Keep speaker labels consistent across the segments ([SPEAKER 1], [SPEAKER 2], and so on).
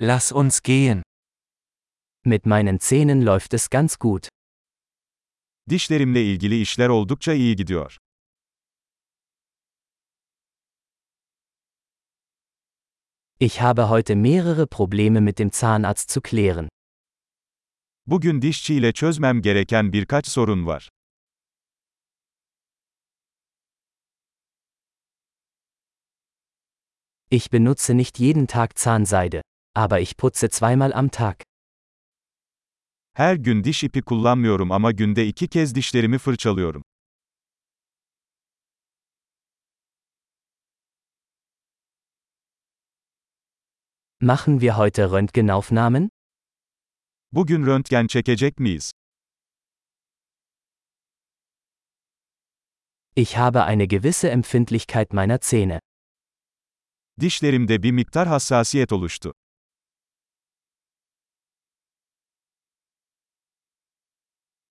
[SPEAKER 1] Lass uns gehen.
[SPEAKER 2] Mit meinen Zähnen läuft es ganz gut.
[SPEAKER 3] Dişlerimle ilgili işler oldukça iyi gidiyor.
[SPEAKER 2] Ich habe heute mehrere Probleme mit dem Zahnarzt zu klären.
[SPEAKER 3] Bugün dişçiyle çözmem gereken birkaç sorun var.
[SPEAKER 2] Ich benutze nicht jeden Tag Zahnseide, aber ich putze zweimal am Tag.
[SPEAKER 3] Her gün diş ipi kullanmıyorum ama günde iki kez dişlerimi fırçalıyorum.
[SPEAKER 2] Machen wir heute Röntgenaufnahmen?
[SPEAKER 3] Bugün röntgen çekecek miyiz?
[SPEAKER 2] Ich habe eine gewisse Empfindlichkeit meiner Zähne.
[SPEAKER 3] Dişlerimde bir miktar hassasiyet oluştu.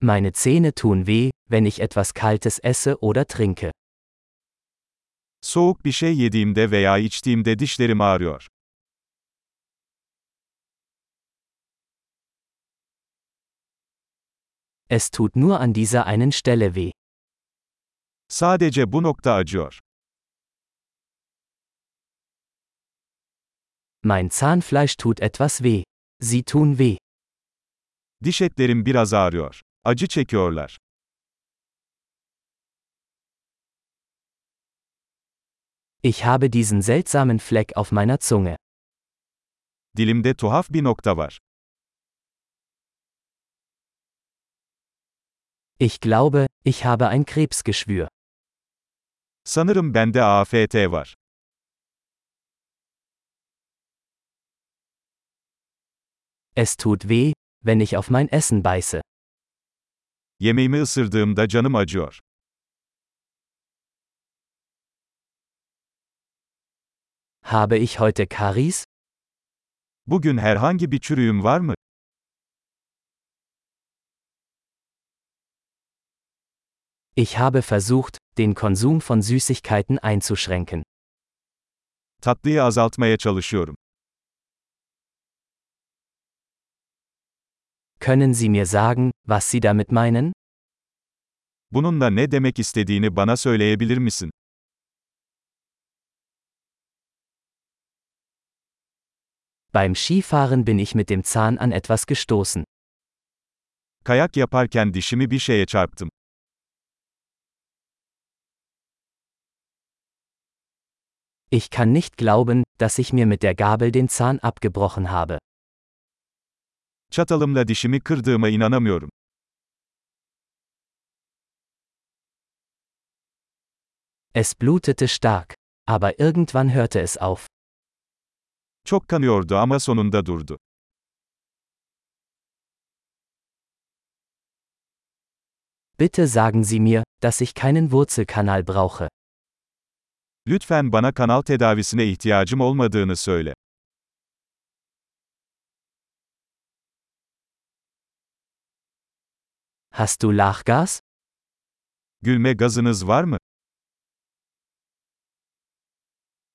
[SPEAKER 2] Meine Zähne tun weh, wenn ich etwas Kaltes esse oder trinke.
[SPEAKER 3] Soğuk bir şey yediğimde veya içtiğimde dişlerim ağrıyor.
[SPEAKER 2] Es tut nur an dieser einen Stelle weh.
[SPEAKER 3] Sadece bu nokta acıyor.
[SPEAKER 2] Mein Zahnfleisch tut etwas weh. Sie tun weh.
[SPEAKER 3] Diş etlerim biraz ağrıyor. Acı çekiyorlar.
[SPEAKER 2] Ich habe diesen seltsamen Fleck auf meiner Zunge.
[SPEAKER 3] Dilimde tuhaf bir nokta var.
[SPEAKER 2] Ich glaube, ich habe ein Krebsgeschwür.
[SPEAKER 3] Sanırım bende AFT var.
[SPEAKER 2] Es tut weh, wenn ich auf mein Essen beiße.
[SPEAKER 3] Yemeğimi ısırdığımda canım acıyor.
[SPEAKER 2] Habe ich heute Karies?
[SPEAKER 3] Bugün herhangi bir çürüğüm var mı?
[SPEAKER 2] Ich habe versucht, den Konsum von Süßigkeiten einzuschränken.
[SPEAKER 3] Tatlıyı azaltmaya çalışıyorum.
[SPEAKER 2] Können Sie mir sagen, was Sie damit meinen?
[SPEAKER 3] Bununla ne demek istediğini bana söyleyebilir misin?
[SPEAKER 2] Beim Skifahren bin ich mit dem Zahn an etwas gestoßen.
[SPEAKER 3] Kayak yaparken dişimi bir şeye çarptım.
[SPEAKER 2] Ich kann nicht glauben, dass ich mir mit der Gabel den Zahn abgebrochen habe.
[SPEAKER 3] Çatalımla dişimi kırdığıma inanamıyorum.
[SPEAKER 2] Es blutete stark, aber irgendwann hörte es auf.
[SPEAKER 3] Çok kanıyordu ama sonunda durdu.
[SPEAKER 2] Bitte sagen Sie mir, dass ich keinen Wurzelkanal brauche.
[SPEAKER 3] Lütfen bana kanal tedavisine ihtiyacım olmadığını söyle.
[SPEAKER 2] Hast du Lachgas?
[SPEAKER 3] Gülme gazınız var mı?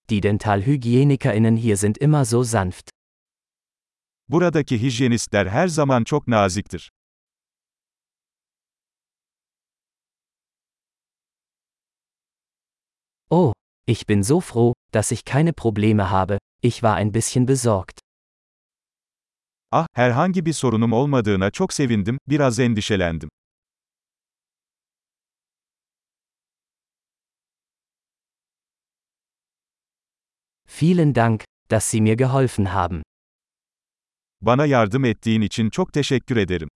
[SPEAKER 2] Die DentalhygienikerInnen hier sind immer so sanft.
[SPEAKER 3] Buradaki hijyenistler her zaman çok naziktir.
[SPEAKER 2] Oh, ich bin so froh, dass ich keine Probleme habe, ich war ein bisschen besorgt.
[SPEAKER 3] Ah, herhangi bir sorunum olmadığına çok sevindim, biraz endişelendim.
[SPEAKER 2] Vielen Dank, dass Sie mir geholfen haben.
[SPEAKER 3] Bana yardım ettiğin için çok teşekkür ederim.